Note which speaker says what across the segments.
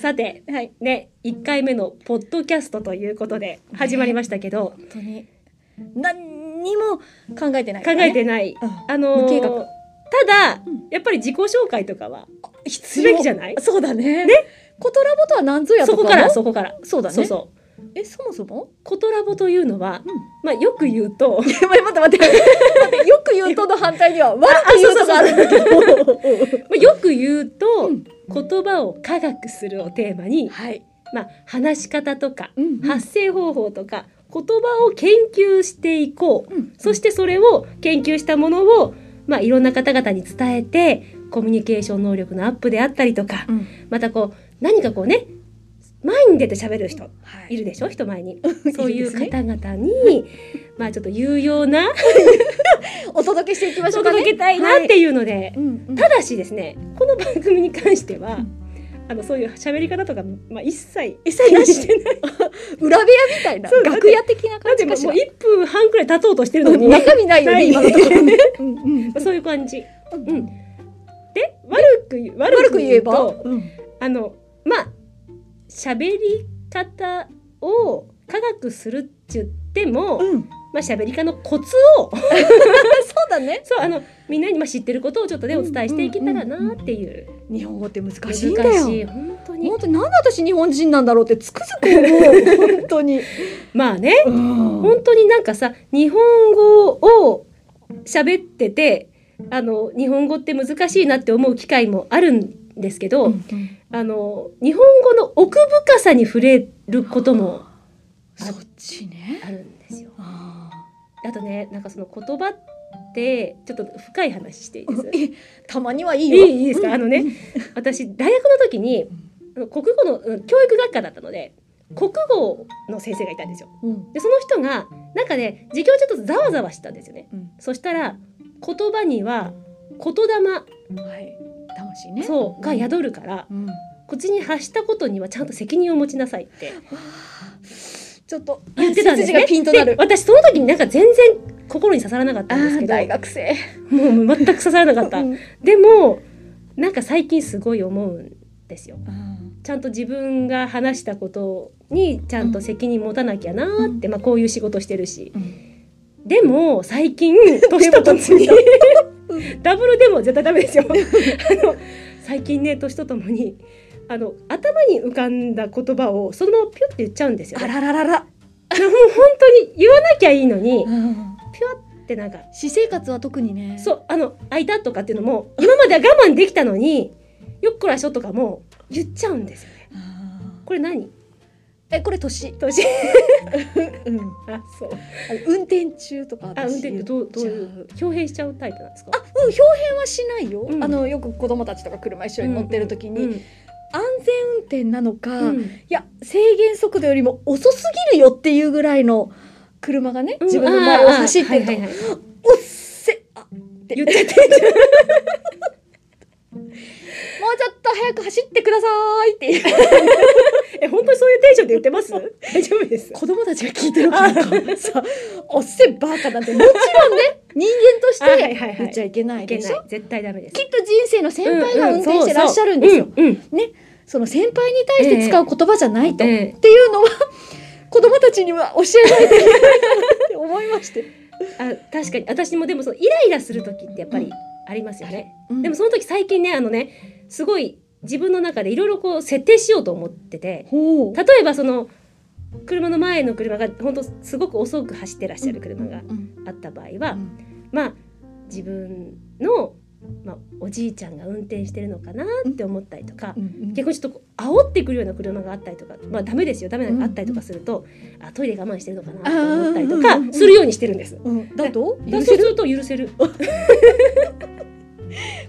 Speaker 1: さて、はい、ね、1回目のポッドキャストということで始まりましたけど、
Speaker 2: 本当に何にも考えてない
Speaker 1: 考
Speaker 2: からね、
Speaker 1: えてない。
Speaker 2: うん
Speaker 1: あのー
Speaker 2: 無計画
Speaker 1: ただ、
Speaker 2: うん
Speaker 1: やっぱり自己紹介とかは、
Speaker 2: 必
Speaker 1: すべきじゃない
Speaker 2: そうだねコトラボとは何ぞやと
Speaker 1: そ
Speaker 2: か
Speaker 1: こ
Speaker 2: の
Speaker 1: から、そこから。
Speaker 2: そうだね
Speaker 1: そうそう。
Speaker 2: えそもそも、
Speaker 1: コトラボというのは、
Speaker 2: うん、
Speaker 1: まあ、よく言うと、
Speaker 2: 待って待って待 ってよく言うとの反対には悪く言うとがあるんだけど
Speaker 1: まあ、よく言うと、
Speaker 2: うん
Speaker 1: 言葉を科学するをテーマに、
Speaker 2: はい、
Speaker 1: まあ、話し方とか、
Speaker 2: うん
Speaker 1: 発声方法とか、言葉を研究していこう。
Speaker 2: うん
Speaker 1: そしてそれを研究したものを、まあ、いろんな方々に伝えて、コミュニケーション能力のアップであったりとか、
Speaker 2: うん
Speaker 1: またこう、何かこうね、前に出て喋る人
Speaker 2: はい
Speaker 1: るでしょ人前に。
Speaker 2: い
Speaker 1: そうい
Speaker 2: で
Speaker 1: う
Speaker 2: すね
Speaker 1: 方々に、まあちょっと有用な、
Speaker 2: お届けしていきま
Speaker 1: お
Speaker 2: しょうかね
Speaker 1: 届けたいなっ、ていうので、
Speaker 2: はいうんうん
Speaker 1: ただしですねこの番組に関しては、
Speaker 2: うん
Speaker 1: あのそういう喋り方とか、まあ、一切一切なしてない
Speaker 2: 裏部屋みたいな
Speaker 1: そうだね
Speaker 2: 楽屋的な
Speaker 1: だ
Speaker 2: 感
Speaker 1: って
Speaker 2: じ
Speaker 1: も
Speaker 2: か
Speaker 1: う
Speaker 2: し
Speaker 1: もう
Speaker 2: ら
Speaker 1: 1分半くらい経とうとしてるのに、ま
Speaker 2: 中身ないよね今のところね、うんうん
Speaker 1: あそういう感じ。
Speaker 2: うん
Speaker 1: うん、で悪く言う悪
Speaker 2: 悪
Speaker 1: く
Speaker 2: く
Speaker 1: 言
Speaker 2: 言
Speaker 1: え
Speaker 2: え
Speaker 1: ば
Speaker 2: ば、うん
Speaker 1: あのまあ喋り方を科学するって言っても、
Speaker 2: うん、
Speaker 1: まあ喋り方のコツを
Speaker 2: そうだね
Speaker 1: そうあのみんなにまあ知ってることをちょっとねお伝えしていけたらなっていう
Speaker 2: 日本語って難
Speaker 1: 難
Speaker 2: しいんだよ
Speaker 1: しい本当に
Speaker 2: 本当になんで私日本人なんだろうってつくづく思う本当に、
Speaker 1: まあね
Speaker 2: うん
Speaker 1: 本当になんかさ日本語を喋っててあの日本語って難しいなって思う機会もあるんですけど、
Speaker 2: うん
Speaker 1: あの日本語の奥深さに触れることも
Speaker 2: そっちね
Speaker 1: あるんですよ。
Speaker 2: あ
Speaker 1: あとねなんかその言葉ってちょっと深い話していいです
Speaker 2: ーえたまには
Speaker 1: い
Speaker 2: いい
Speaker 1: い
Speaker 2: よ
Speaker 1: いいですか、あのね私大学の時にあの国語のうん教育学科だったので国語の先生がいたんですよ。
Speaker 2: うん
Speaker 1: でその人がなんかね授業ちょっとざわざわしたんですよね。
Speaker 2: うん
Speaker 1: そしたら言葉には言
Speaker 2: はい魂ね
Speaker 1: 霊そうが宿るから
Speaker 2: うん、わ
Speaker 1: 口に発したことにはちゃんと責任を持ちなさい って
Speaker 2: あちょっと
Speaker 1: 言ってたんです
Speaker 2: 背筋
Speaker 1: ね。
Speaker 2: がピンとな
Speaker 1: で
Speaker 2: る
Speaker 1: 私その時になんか全然心に刺さらなかった
Speaker 2: あ
Speaker 1: んです
Speaker 2: ー
Speaker 1: けど
Speaker 2: 大学生
Speaker 1: もう全く刺さらなかった。
Speaker 2: うん
Speaker 1: でもなんか最近すごい思うんですよ。
Speaker 2: うん
Speaker 1: ちゃんと自分が話したことにちゃんと責任持たなきゃなーって、まあこういう仕事してるし。でも最 近年とともに ダブルでも絶対ダメですよあの最近ね年とともにあの頭に浮かんだ言葉をそのままピュって言っちゃうんですよ、
Speaker 2: あ
Speaker 1: ね、も
Speaker 2: らららら、
Speaker 1: う本当に言わなきゃいいのに
Speaker 2: うん、
Speaker 1: ってなんか
Speaker 2: 私生活は特にね
Speaker 1: そうあの「あいた」とかっていうのも今までは我慢できたのに「よっこらしょ」とかも言っちゃうんですよね
Speaker 2: あー
Speaker 1: これ何
Speaker 2: えこれ年、
Speaker 1: 年
Speaker 2: うん、
Speaker 1: あそう
Speaker 2: あの運転中とか
Speaker 1: あ運転ってどうどうい
Speaker 2: 言っ
Speaker 1: う表現しちゃうタイプなんですか
Speaker 2: あうん表変はしないよ、
Speaker 1: うん
Speaker 2: あのよく子供たちとか車一緒に乗ってる時に、
Speaker 1: うん
Speaker 2: 安全運転なのか、
Speaker 1: うん
Speaker 2: いや制限速度よりも遅すぎるよっていうぐらいの車がね、自分の前を走ってると、
Speaker 1: うんあーあーはいはいはい
Speaker 2: おっせあ
Speaker 1: 言っちゃってんじゃん
Speaker 2: もうちょっと早く走ってくださいっていう
Speaker 1: え本当にそういうテンションで言って ます大丈夫です
Speaker 2: 子供たちが聞いてるからかさおっせバカなんてもちろんね人間とし
Speaker 1: あはいはいは
Speaker 2: て
Speaker 1: い
Speaker 2: 言っちゃいけないい
Speaker 1: け
Speaker 2: でし
Speaker 1: ない
Speaker 2: ょ、
Speaker 1: 絶対ダメです
Speaker 2: きっと人生の先輩が運転してらっしゃるんですよ、
Speaker 1: ううん
Speaker 2: その先輩に対して使う言葉じゃないと、
Speaker 1: ええ
Speaker 2: っていうのは 子供たちには教えないといけないなって思いまして。
Speaker 1: あ確かに私もでもそのイライラする時ってやっぱ
Speaker 2: う
Speaker 1: り
Speaker 2: ん
Speaker 1: ありますよね、で
Speaker 2: で
Speaker 1: も
Speaker 2: も
Speaker 1: その時最近ねあのねすごい自分の中でいろいろこう設定しようと思ってて
Speaker 2: ほ
Speaker 1: 例えばその車の前の車が本当すごく遅く走ってらっしゃる車が
Speaker 2: うん
Speaker 1: あった場合
Speaker 2: う
Speaker 1: は、
Speaker 2: ん
Speaker 1: まあ自分の、まあ、おじいちゃんが運転してるのかなって思ったりとか、
Speaker 2: うん
Speaker 1: 逆にちょっとこう煽ってくるような車があったりとかまあダメですよダメなのがあ
Speaker 2: うん
Speaker 1: ったりとかすると、あトイレ我慢してるのかなと思ったりと
Speaker 2: あーうんうんう
Speaker 1: か
Speaker 2: ん
Speaker 1: するようにしてるんです。
Speaker 2: うんだと
Speaker 1: だから
Speaker 2: 許
Speaker 1: そ
Speaker 2: せ
Speaker 1: うす
Speaker 2: る
Speaker 1: ると許せ る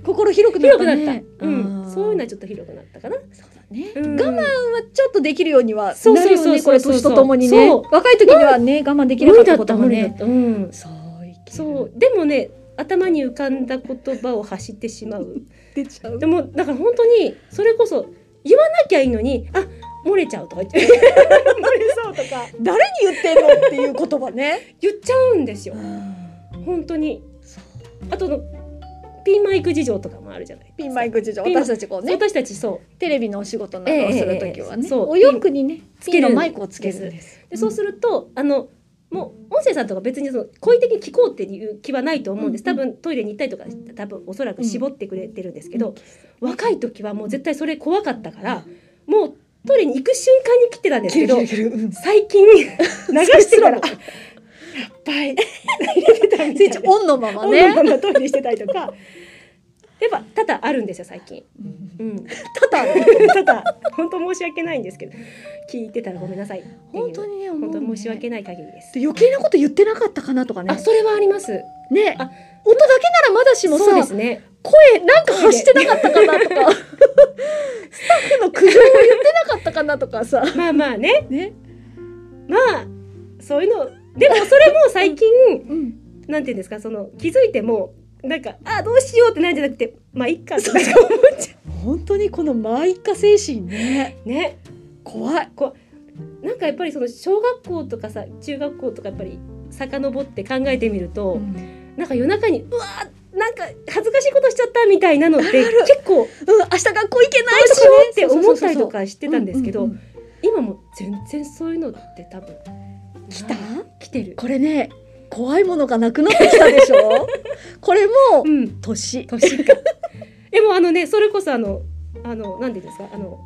Speaker 2: 心広くなっ
Speaker 1: 広くな
Speaker 2: た
Speaker 1: った、
Speaker 2: ね。
Speaker 1: うん、そういうのはち
Speaker 2: ちょ
Speaker 1: ょっと広くなったかな、
Speaker 2: っとね。
Speaker 1: う
Speaker 2: 我
Speaker 1: ん
Speaker 2: 慢はちょっとできるようには
Speaker 1: そう
Speaker 2: なるよね。
Speaker 1: そ
Speaker 2: こ
Speaker 1: うそう
Speaker 2: れ
Speaker 1: そうそう
Speaker 2: 年とともにね。
Speaker 1: そう
Speaker 2: 若い時にはね我慢できなかったことも
Speaker 1: 無理だ
Speaker 2: ね。
Speaker 1: ったうん、
Speaker 2: そういける
Speaker 1: そうでもね頭に浮かんだ言葉を走ってしまう
Speaker 2: 出ちゃう
Speaker 1: で。もだから本当にそれこそ言わなきゃいいのにあ漏れちゃうとか言って漏れそうとか
Speaker 2: 誰に言ってんのっていう 言葉ね。
Speaker 1: 言っちゃうんですよ
Speaker 2: うん
Speaker 1: 本当に
Speaker 2: そ
Speaker 1: あとのピンマイク事情とかもあるじゃないですか
Speaker 2: ピンマイク事情
Speaker 1: ピンマイ
Speaker 2: 私たちこう
Speaker 1: そう
Speaker 2: ね
Speaker 1: 私たちそう
Speaker 2: テレビのお仕事などをす
Speaker 1: ええ
Speaker 2: る時は
Speaker 1: えええ
Speaker 2: ね、
Speaker 1: えそう
Speaker 2: お洋服にね
Speaker 1: つ
Speaker 2: ピ
Speaker 1: け
Speaker 2: ン
Speaker 1: る
Speaker 2: のマイクをつけるんです。
Speaker 1: でそうすると、あのもう音声さんとか別にその故意的に聞こうっていう気はないと思うんです、
Speaker 2: うんうん
Speaker 1: 多分トイレに行ったりとか多分おそらく絞ってくれてるんですけど、若い時はもう絶対それ怖かったからもうトイレに行く瞬間に切ってたんですけど
Speaker 2: 切る切る切るうん
Speaker 1: 最近 流して から
Speaker 2: そ
Speaker 1: やっぱり入れてたみた
Speaker 2: スイ
Speaker 1: い
Speaker 2: ッチ
Speaker 1: な
Speaker 2: オンのまま
Speaker 1: 音楽
Speaker 2: ね。
Speaker 1: のトイレしてたりとかやっぱ多々あるんですよ最近。うん、
Speaker 2: ただ
Speaker 1: ただ本当申し訳ないんですけど聞いてたらごめんなさいっていう
Speaker 2: 本当にね思う
Speaker 1: 本
Speaker 2: ね
Speaker 1: 当申し訳ない限りです。
Speaker 2: で余計なこと言ってなかったかなとかね
Speaker 1: あ、。それはあります。
Speaker 2: ね、
Speaker 1: あ
Speaker 2: 音だけならまだしも
Speaker 1: そう
Speaker 2: さ、
Speaker 1: ですね。
Speaker 2: 声なんか発してなかったかなとか、スタッフの苦情を言ってなかったかなとかさ、
Speaker 1: まあまあね、
Speaker 2: ね、
Speaker 1: まあそういうの。で もそれも最近、
Speaker 2: うん、
Speaker 1: なんていうんですか、その気づいてもなんかあどうしようってなんじゃなくて、まあいっかってなんか思っちゃ
Speaker 2: 本当にこのマイカ精神ね、
Speaker 1: う。 ね、
Speaker 2: 怖い。
Speaker 1: なんかやっぱりその小学校とかさ、中学校とかやっぱり遡って考えてみると、
Speaker 2: うん
Speaker 1: なんか夜中にうわーなんか恥ずかしいことしちゃったみたいなのって結構。
Speaker 2: 明日学校行けな
Speaker 1: ど
Speaker 2: いと
Speaker 1: うし
Speaker 2: か
Speaker 1: よ
Speaker 2: ね
Speaker 1: うって思ったりとかしててたんですけど、
Speaker 2: うんうんうん
Speaker 1: 今も全然そういうのって多分
Speaker 2: 来た？
Speaker 1: 来てる。
Speaker 2: これね、怖いものがなくなってきたで しょ。これも
Speaker 1: うん。
Speaker 2: 年。
Speaker 1: 年かでもあのねそれこそあのあのなんていうんですかあの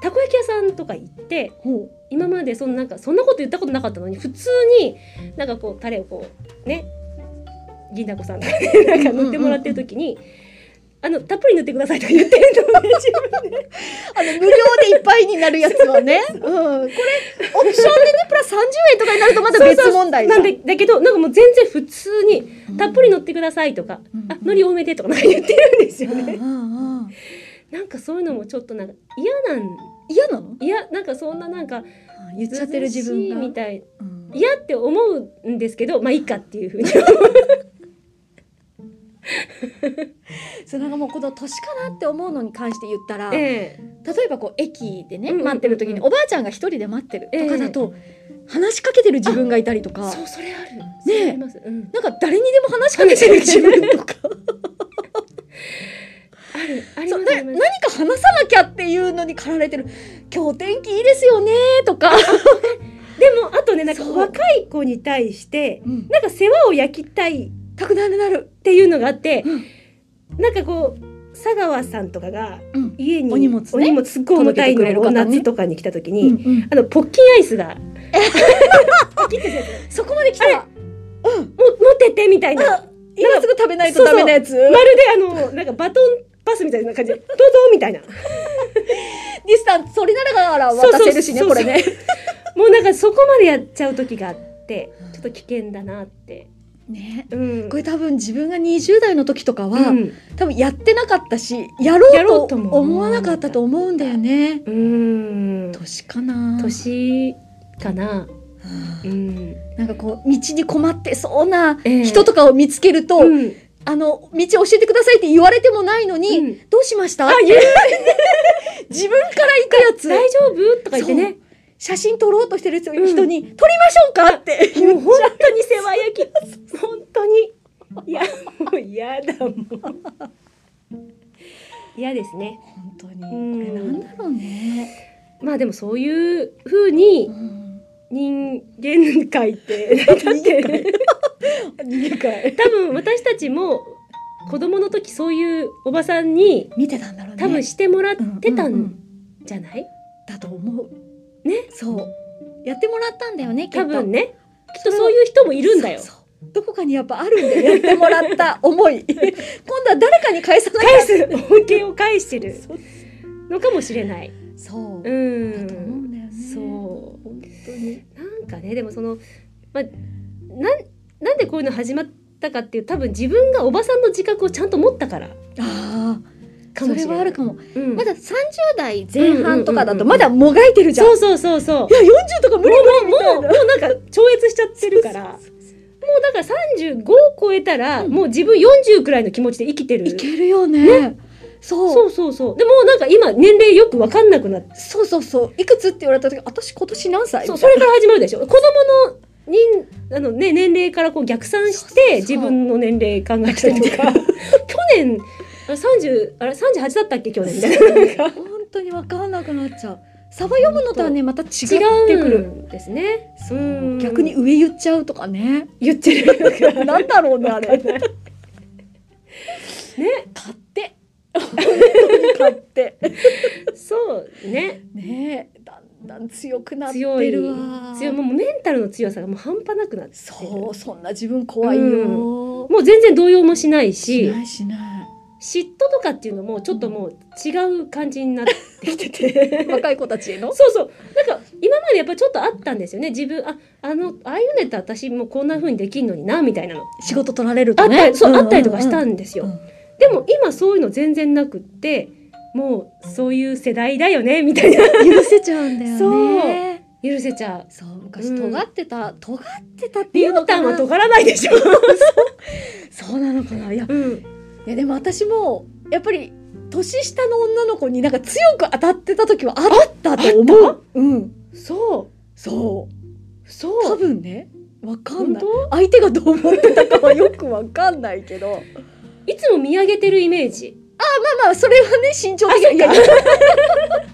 Speaker 1: たこ焼き屋さんとか行って
Speaker 2: ほ
Speaker 1: 今までそのなんかそんなこと言ったことなかったのに普通になんかこうタレをこうね銀だこさんとかで なんか塗ってもらってる時に。あのたっぷり塗ってくださいとか言ってるのね自 分で
Speaker 2: あの無料でいっぱいになるやつは ね。うん。これオプションでねプラス三十円とかになるとまた別問題じゃ
Speaker 1: なんでだけどなんかもう全然普通にたっぷり塗ってくださいとか、
Speaker 2: うん
Speaker 1: あ海苔多めでとかなんか 言ってるんですよね、
Speaker 2: うんうんうん
Speaker 1: なんかそういうのもちょっとなんか嫌なん
Speaker 2: 嫌なの？
Speaker 1: 嫌なんかそんななんか
Speaker 2: 言っちゃってる自分が。
Speaker 1: みたい
Speaker 2: うん
Speaker 1: 嫌って思うんですけどまあいいかっていうふうに
Speaker 2: それなんかもうこの年かなって思うのに関して言ったら、
Speaker 1: ええ
Speaker 2: 例えばこう駅でね
Speaker 1: うんうんうん
Speaker 2: 待ってる時におばあちゃんが一人で待ってるとかだと、話しかけてる自分がいたりとか。
Speaker 1: うそれあるね
Speaker 2: え
Speaker 1: あります、うん、
Speaker 2: なんか誰にでも話しかけてる自分とか
Speaker 1: あるあり
Speaker 2: そ
Speaker 1: ま
Speaker 2: う
Speaker 1: すあ
Speaker 2: な
Speaker 1: り
Speaker 2: 何
Speaker 1: ます
Speaker 2: か話さなきゃっていうのに駆られてる「今日天気いいですよね」とか、
Speaker 1: でもあとねなんか
Speaker 2: そう
Speaker 1: 若い子に対して
Speaker 2: うん、
Speaker 1: なんか世話を焼きたいっ
Speaker 2: たくなるなる、
Speaker 1: ていうのがあって
Speaker 2: うん
Speaker 1: なんかこう佐川さんとかが
Speaker 2: うん
Speaker 1: 家に
Speaker 2: お荷物ね
Speaker 1: すっごい重たい
Speaker 2: 届けてくれる
Speaker 1: のを
Speaker 2: 方ね
Speaker 1: 夏とかに来た時
Speaker 2: う
Speaker 1: に、
Speaker 2: んうん
Speaker 1: あのポッキンアイスが
Speaker 2: そこまで来たら
Speaker 1: も持ってってみたいな
Speaker 2: あ今すぐ食べないとダメなやつ
Speaker 1: まるであのなんかバトンパスみたいな感じで「どうぞ」みたいな
Speaker 2: ディスタンスそれならから渡せるしね
Speaker 1: そう
Speaker 2: こ
Speaker 1: そう
Speaker 2: れね
Speaker 1: もうなんかそこまでやっちゃう時があってちょっと危険だなって。
Speaker 2: ね
Speaker 1: うん
Speaker 2: これ多分自分が20代の時とかは、
Speaker 1: うん
Speaker 2: 多分やってなかったしやろ
Speaker 1: やろ
Speaker 2: う
Speaker 1: うと
Speaker 2: と
Speaker 1: も
Speaker 2: 思わなかったと思うんだよね
Speaker 1: うん、
Speaker 2: 年かな
Speaker 1: 年かな、
Speaker 2: うん
Speaker 1: うん、
Speaker 2: なんかこう道に困ってそうな
Speaker 1: ええ
Speaker 2: 人とかを見つけると、
Speaker 1: うんうん
Speaker 2: あの道教えてくださいって言われてもないのに、どうしましたって
Speaker 1: 言う
Speaker 2: 自分から行くや
Speaker 1: 大丈夫とか言ってね
Speaker 2: つ写真撮ろうとしてる人
Speaker 1: うん
Speaker 2: 人に、撮りましょうかって
Speaker 1: もう本当に世話焼き本当にいやもう嫌だもん嫌ですね
Speaker 2: 本当
Speaker 1: うん
Speaker 2: にこれなんだろうね、
Speaker 1: まあでもそういう風に
Speaker 2: うん、
Speaker 1: 人間界ってだって
Speaker 2: 逃げ会
Speaker 1: 多分私たちも子供の時そういうおばさんに
Speaker 2: 見てたんだろうね
Speaker 1: 多分してもらっ
Speaker 2: うん
Speaker 1: てた
Speaker 2: うんうんん
Speaker 1: じゃない、
Speaker 2: だと思う
Speaker 1: ね
Speaker 2: そうやってもらったんだよねき
Speaker 1: 多
Speaker 2: っと
Speaker 1: 分ねきっ
Speaker 2: そ
Speaker 1: と
Speaker 2: れは
Speaker 1: そういう人もいるんだよ
Speaker 2: そうそうどこかにやっぱあるんでやってもらった思 い今度は誰かに返さなきゃ
Speaker 1: 返す恩恵を返してる
Speaker 2: そう
Speaker 1: のかもしれない
Speaker 2: そう
Speaker 1: う
Speaker 2: だと思うんんだよね
Speaker 1: そう
Speaker 2: 本当に
Speaker 1: なんかねでもそのまあなんなんでこういうの始まったかっていう多分自分がおばさんの自覚をちゃんと持ったから
Speaker 2: ああ
Speaker 1: か
Speaker 2: そ
Speaker 1: もしれない
Speaker 2: れはあるかも
Speaker 1: うん
Speaker 2: まだ30代前半とかだ
Speaker 1: うんうんうんう
Speaker 2: と
Speaker 1: ん
Speaker 2: まだもがいてるじゃん
Speaker 1: そうそうそうそう
Speaker 2: いや40とか無理無理みた
Speaker 1: もう
Speaker 2: い
Speaker 1: も
Speaker 2: な
Speaker 1: うなんか超越しちゃってるからも
Speaker 2: そうそうそう
Speaker 1: うだから35を超えたら、
Speaker 2: うん
Speaker 1: もう自分40くらいの気持ちで生きてる
Speaker 2: いけるよねそう
Speaker 1: そうそうそうでもうなんか今年齢よく分かんなくなって
Speaker 2: そうそうそういくつって言われた時私今年何歳
Speaker 1: そうそれから始まるでしょ子供の人あの、ね、年齢からこう逆算して
Speaker 2: そうそうそう
Speaker 1: 自分の年齢考えたりとか去年あれ30あれ38だったっけ去年みたいな
Speaker 2: 本当に分かんなくなっちゃうサバ読むのとはねまた違っ
Speaker 1: 違
Speaker 2: て
Speaker 1: う
Speaker 2: くる
Speaker 1: んですね。
Speaker 2: そううん逆に上言っちゃうとかね
Speaker 1: 言ってる
Speaker 2: なんだろうねあれね 買って本当に買って
Speaker 1: そうね
Speaker 2: ねえだんだん強くなってるわ
Speaker 1: 強いもうメンタルの強さがもう半端なくなって
Speaker 2: そうそんな自分怖いよ、
Speaker 1: もう全然動揺もしない
Speaker 2: し
Speaker 1: し
Speaker 2: ないしない
Speaker 1: 嫉妬とかっていうのもちょっともう違う感じになってきてて
Speaker 2: 若い子たちへの
Speaker 1: そうそうなんか今までやっぱちょっとあったんですよね自分ああのああいうのやったら私もこんな風にできんのになみたいなの
Speaker 2: 仕事取られる
Speaker 1: あっ
Speaker 2: と
Speaker 1: た,、
Speaker 2: ね
Speaker 1: そうあ
Speaker 2: んんん
Speaker 1: ったりとかしたんですよ、
Speaker 2: うん
Speaker 1: でも今そういうの全然なくってもうそういう世代だよねみたい な
Speaker 2: 許せちゃうんだよね
Speaker 1: 許せちゃう
Speaker 2: そう
Speaker 1: う
Speaker 2: 昔
Speaker 1: ん
Speaker 2: 尖ってた、尖ってたってい
Speaker 1: リ
Speaker 2: う
Speaker 1: ュウ
Speaker 2: の
Speaker 1: タ
Speaker 2: か
Speaker 1: ンは
Speaker 2: な
Speaker 1: 尖らないでしょ、
Speaker 2: そうなのかないや
Speaker 1: うん、
Speaker 2: いやでも私もやっぱり年下の女の子になんか強く当たってた時はあったと思ううん
Speaker 1: そ
Speaker 2: そう
Speaker 1: う
Speaker 2: 多
Speaker 1: そう
Speaker 2: 分ねわかん
Speaker 1: 本
Speaker 2: ない
Speaker 1: 当
Speaker 2: 相手がどう思ってたかはよくわかんないけどまあ
Speaker 1: いつも見上げてるイメージ
Speaker 2: まあそれはね慎重的
Speaker 1: あそ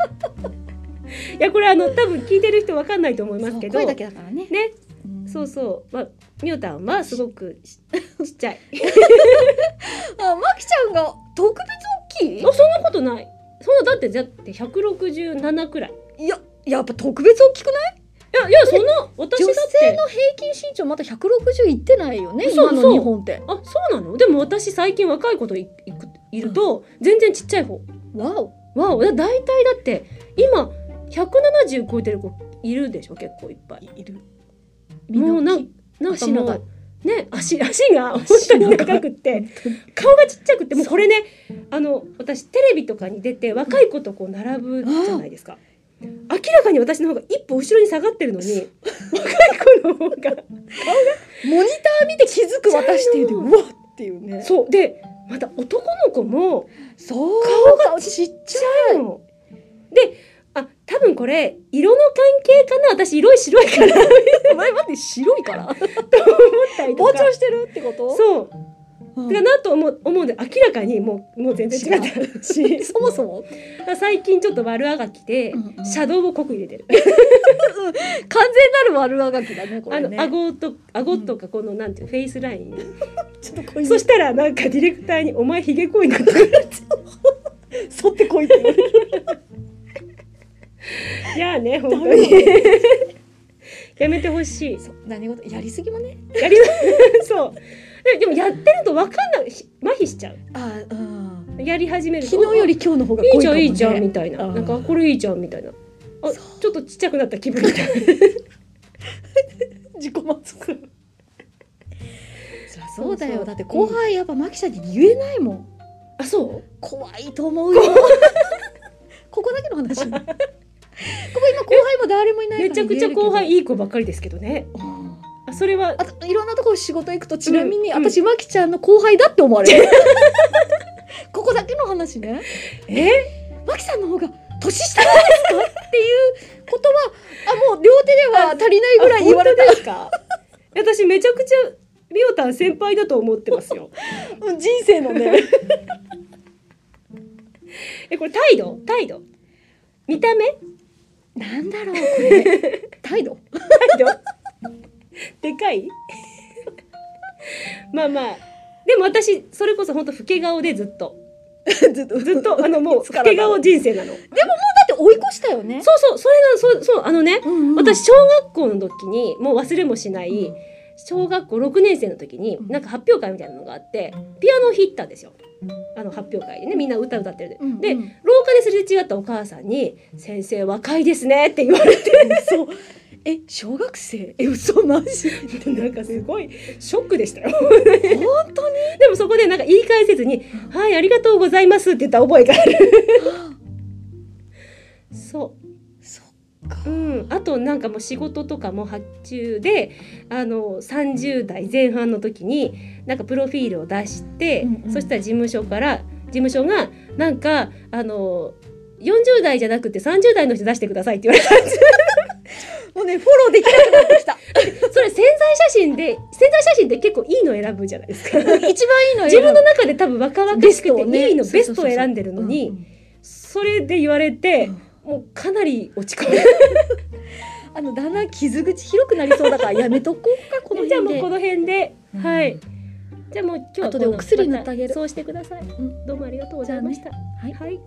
Speaker 1: いやこれあの多分聞いてる人わかんないと思いますけど
Speaker 2: 声だけだからね
Speaker 1: ね
Speaker 2: ん
Speaker 1: そうそう、まあ、みおたんはすごくち ちっちゃい
Speaker 2: あまきちゃんが特別大きい
Speaker 1: あそんなことないそんなだってだって167くらいい
Speaker 2: いややっぱ特別大きくない
Speaker 1: やいやそんな私だ
Speaker 2: 女
Speaker 1: っ
Speaker 2: 性
Speaker 1: て
Speaker 2: の平均身長まだ160いってないよね
Speaker 1: そう
Speaker 2: 今の
Speaker 1: そう
Speaker 2: 日本って
Speaker 1: あそうなのでも私最近若い子といいくいると全然ちっちゃい方
Speaker 2: わお
Speaker 1: わおだ大体だって今170超えてる子いるでしょ結構いっぱい
Speaker 2: いる
Speaker 1: もうなん
Speaker 2: みん
Speaker 1: なんか
Speaker 2: 足
Speaker 1: も
Speaker 2: 長いう
Speaker 1: ね足足が本当に長くて
Speaker 2: 大きい
Speaker 1: 顔がちっちゃくてもうこれねあの私テレビとかに出て若い子とこう並ぶじゃないですか明らかに私の方が一歩後ろに下がってるのに若い子の方が
Speaker 2: モニター見て気づく私っていう
Speaker 1: ちっちゃい
Speaker 2: のうわっっていうね
Speaker 1: そうでまた男の子も
Speaker 2: そう
Speaker 1: 顔
Speaker 2: がちっちゃ
Speaker 1: のであ多分これ色の関係かな私色い白いから思っ
Speaker 2: い前待って白い から膨
Speaker 1: たりとか
Speaker 2: 張してるってこと
Speaker 1: そう
Speaker 2: うん
Speaker 1: だなと思う思うんで明らかにもうもう全然違ったし
Speaker 2: そもそも
Speaker 1: 最近ちょっと悪あがきで、
Speaker 2: うんうん
Speaker 1: シャドウを濃く入れてる
Speaker 2: 完全なる悪あがきだねこ
Speaker 1: あ
Speaker 2: れ
Speaker 1: の
Speaker 2: ね
Speaker 1: 顎と顎とかこのなんていうのフェイスライン、
Speaker 2: ちょっとこい
Speaker 1: そ
Speaker 2: そ
Speaker 1: し
Speaker 2: して
Speaker 1: たらなんかディレクターに「お前ひげ濃いな」 とか「
Speaker 2: 剃ってこいって言われる
Speaker 1: いやーね 本当にやめてほしい
Speaker 2: そう何事やりすぎもね」
Speaker 1: やり そうででもやってると分かんないひ麻痺しちゃう
Speaker 2: あうん
Speaker 1: やり始めると
Speaker 2: 昨日より今日の方が
Speaker 1: い
Speaker 2: 濃
Speaker 1: い
Speaker 2: い
Speaker 1: じ
Speaker 2: か
Speaker 1: ゃ
Speaker 2: も
Speaker 1: ん
Speaker 2: ね
Speaker 1: いいじゃんみたいな
Speaker 2: あー
Speaker 1: なんかこれいいじゃんみたいなあ
Speaker 2: そう
Speaker 1: ちょっとちっちゃくなった気分みたいな
Speaker 2: 自己満足そりゃそう
Speaker 1: そ
Speaker 2: だ
Speaker 1: うそ
Speaker 2: よ
Speaker 1: う
Speaker 2: だって後輩やっぱマキちゃんに言えないもん
Speaker 1: あそう
Speaker 2: 怖いと思うよ ここだけの話ここ今後輩も誰もいないから
Speaker 1: めちゃくちゃ後輩いい子ばっかりですけどね
Speaker 2: うん
Speaker 1: あそれは
Speaker 2: あといろんなところ仕事行くとちなみに
Speaker 1: うん
Speaker 2: 私マキちゃんの後輩だって思 われるここだけの話ね
Speaker 1: え
Speaker 2: マキさんの方が年下なんですかっていうことはあもう両手では足りないぐらい言われた
Speaker 1: あ本当ですか私めちゃくちゃみおたん先輩だと思ってますよ
Speaker 2: うん人生のね
Speaker 1: えこれ態度態度見た目
Speaker 2: なんだろうこ れ態度
Speaker 1: 態度 でかい まあまあでも私それこそ本当老け顔でずっと
Speaker 2: ずっと
Speaker 1: ずっとあのもう
Speaker 2: いつか
Speaker 1: 老
Speaker 2: らだ
Speaker 1: け顔人生なの
Speaker 2: だって追い越したよね
Speaker 1: そうそうそれなのそうそうあのね、
Speaker 2: うんうん
Speaker 1: 私小学校の時にもう忘れもしない、
Speaker 2: うん
Speaker 1: 小学校6年生の時に
Speaker 2: うん
Speaker 1: なんか発表会みたいなのがあってピアノを弾いたんですよあの発表会でねみんな歌歌ってるで、
Speaker 2: うんうん
Speaker 1: で 廊下ですれ違ったお母さんに「先生若いですね」って言われて
Speaker 2: 嘘え小学生 え嘘マジ
Speaker 1: なんかすごいショックでしたよ
Speaker 2: 本当に
Speaker 1: でもそこでなんか言い返せずに「はいありがとうございます」って言った覚えがあるそ
Speaker 2: そっか
Speaker 1: ううんあとなんかもう仕事とかも発注であの30代前半の時になんかプロフィールを出して、
Speaker 2: うんうん
Speaker 1: そしたら事務所から事務所がなんかあの40代じゃなくて30代の人出してくださいって言われたんです
Speaker 2: もうねフォローできなくなって きた
Speaker 1: それ潜在写真で潜在写真って結構いいの選ぶじゃないですか
Speaker 2: 一番いいの
Speaker 1: 自分の中で多分若々しくていいのベストを選んでるの
Speaker 2: う
Speaker 1: に
Speaker 2: ん
Speaker 1: それで言われて
Speaker 2: うん
Speaker 1: もうかなり落ち込む
Speaker 2: あのだんだん傷口広くなりそうだからやめとこうかこの辺で
Speaker 1: じゃあもうこの辺で、
Speaker 2: うん
Speaker 1: はいじゃあもう今日は
Speaker 2: 後でお薬塗ってあげる
Speaker 1: またそうしてください、
Speaker 2: ん
Speaker 1: どうもありがとうございました、
Speaker 2: はい
Speaker 1: はい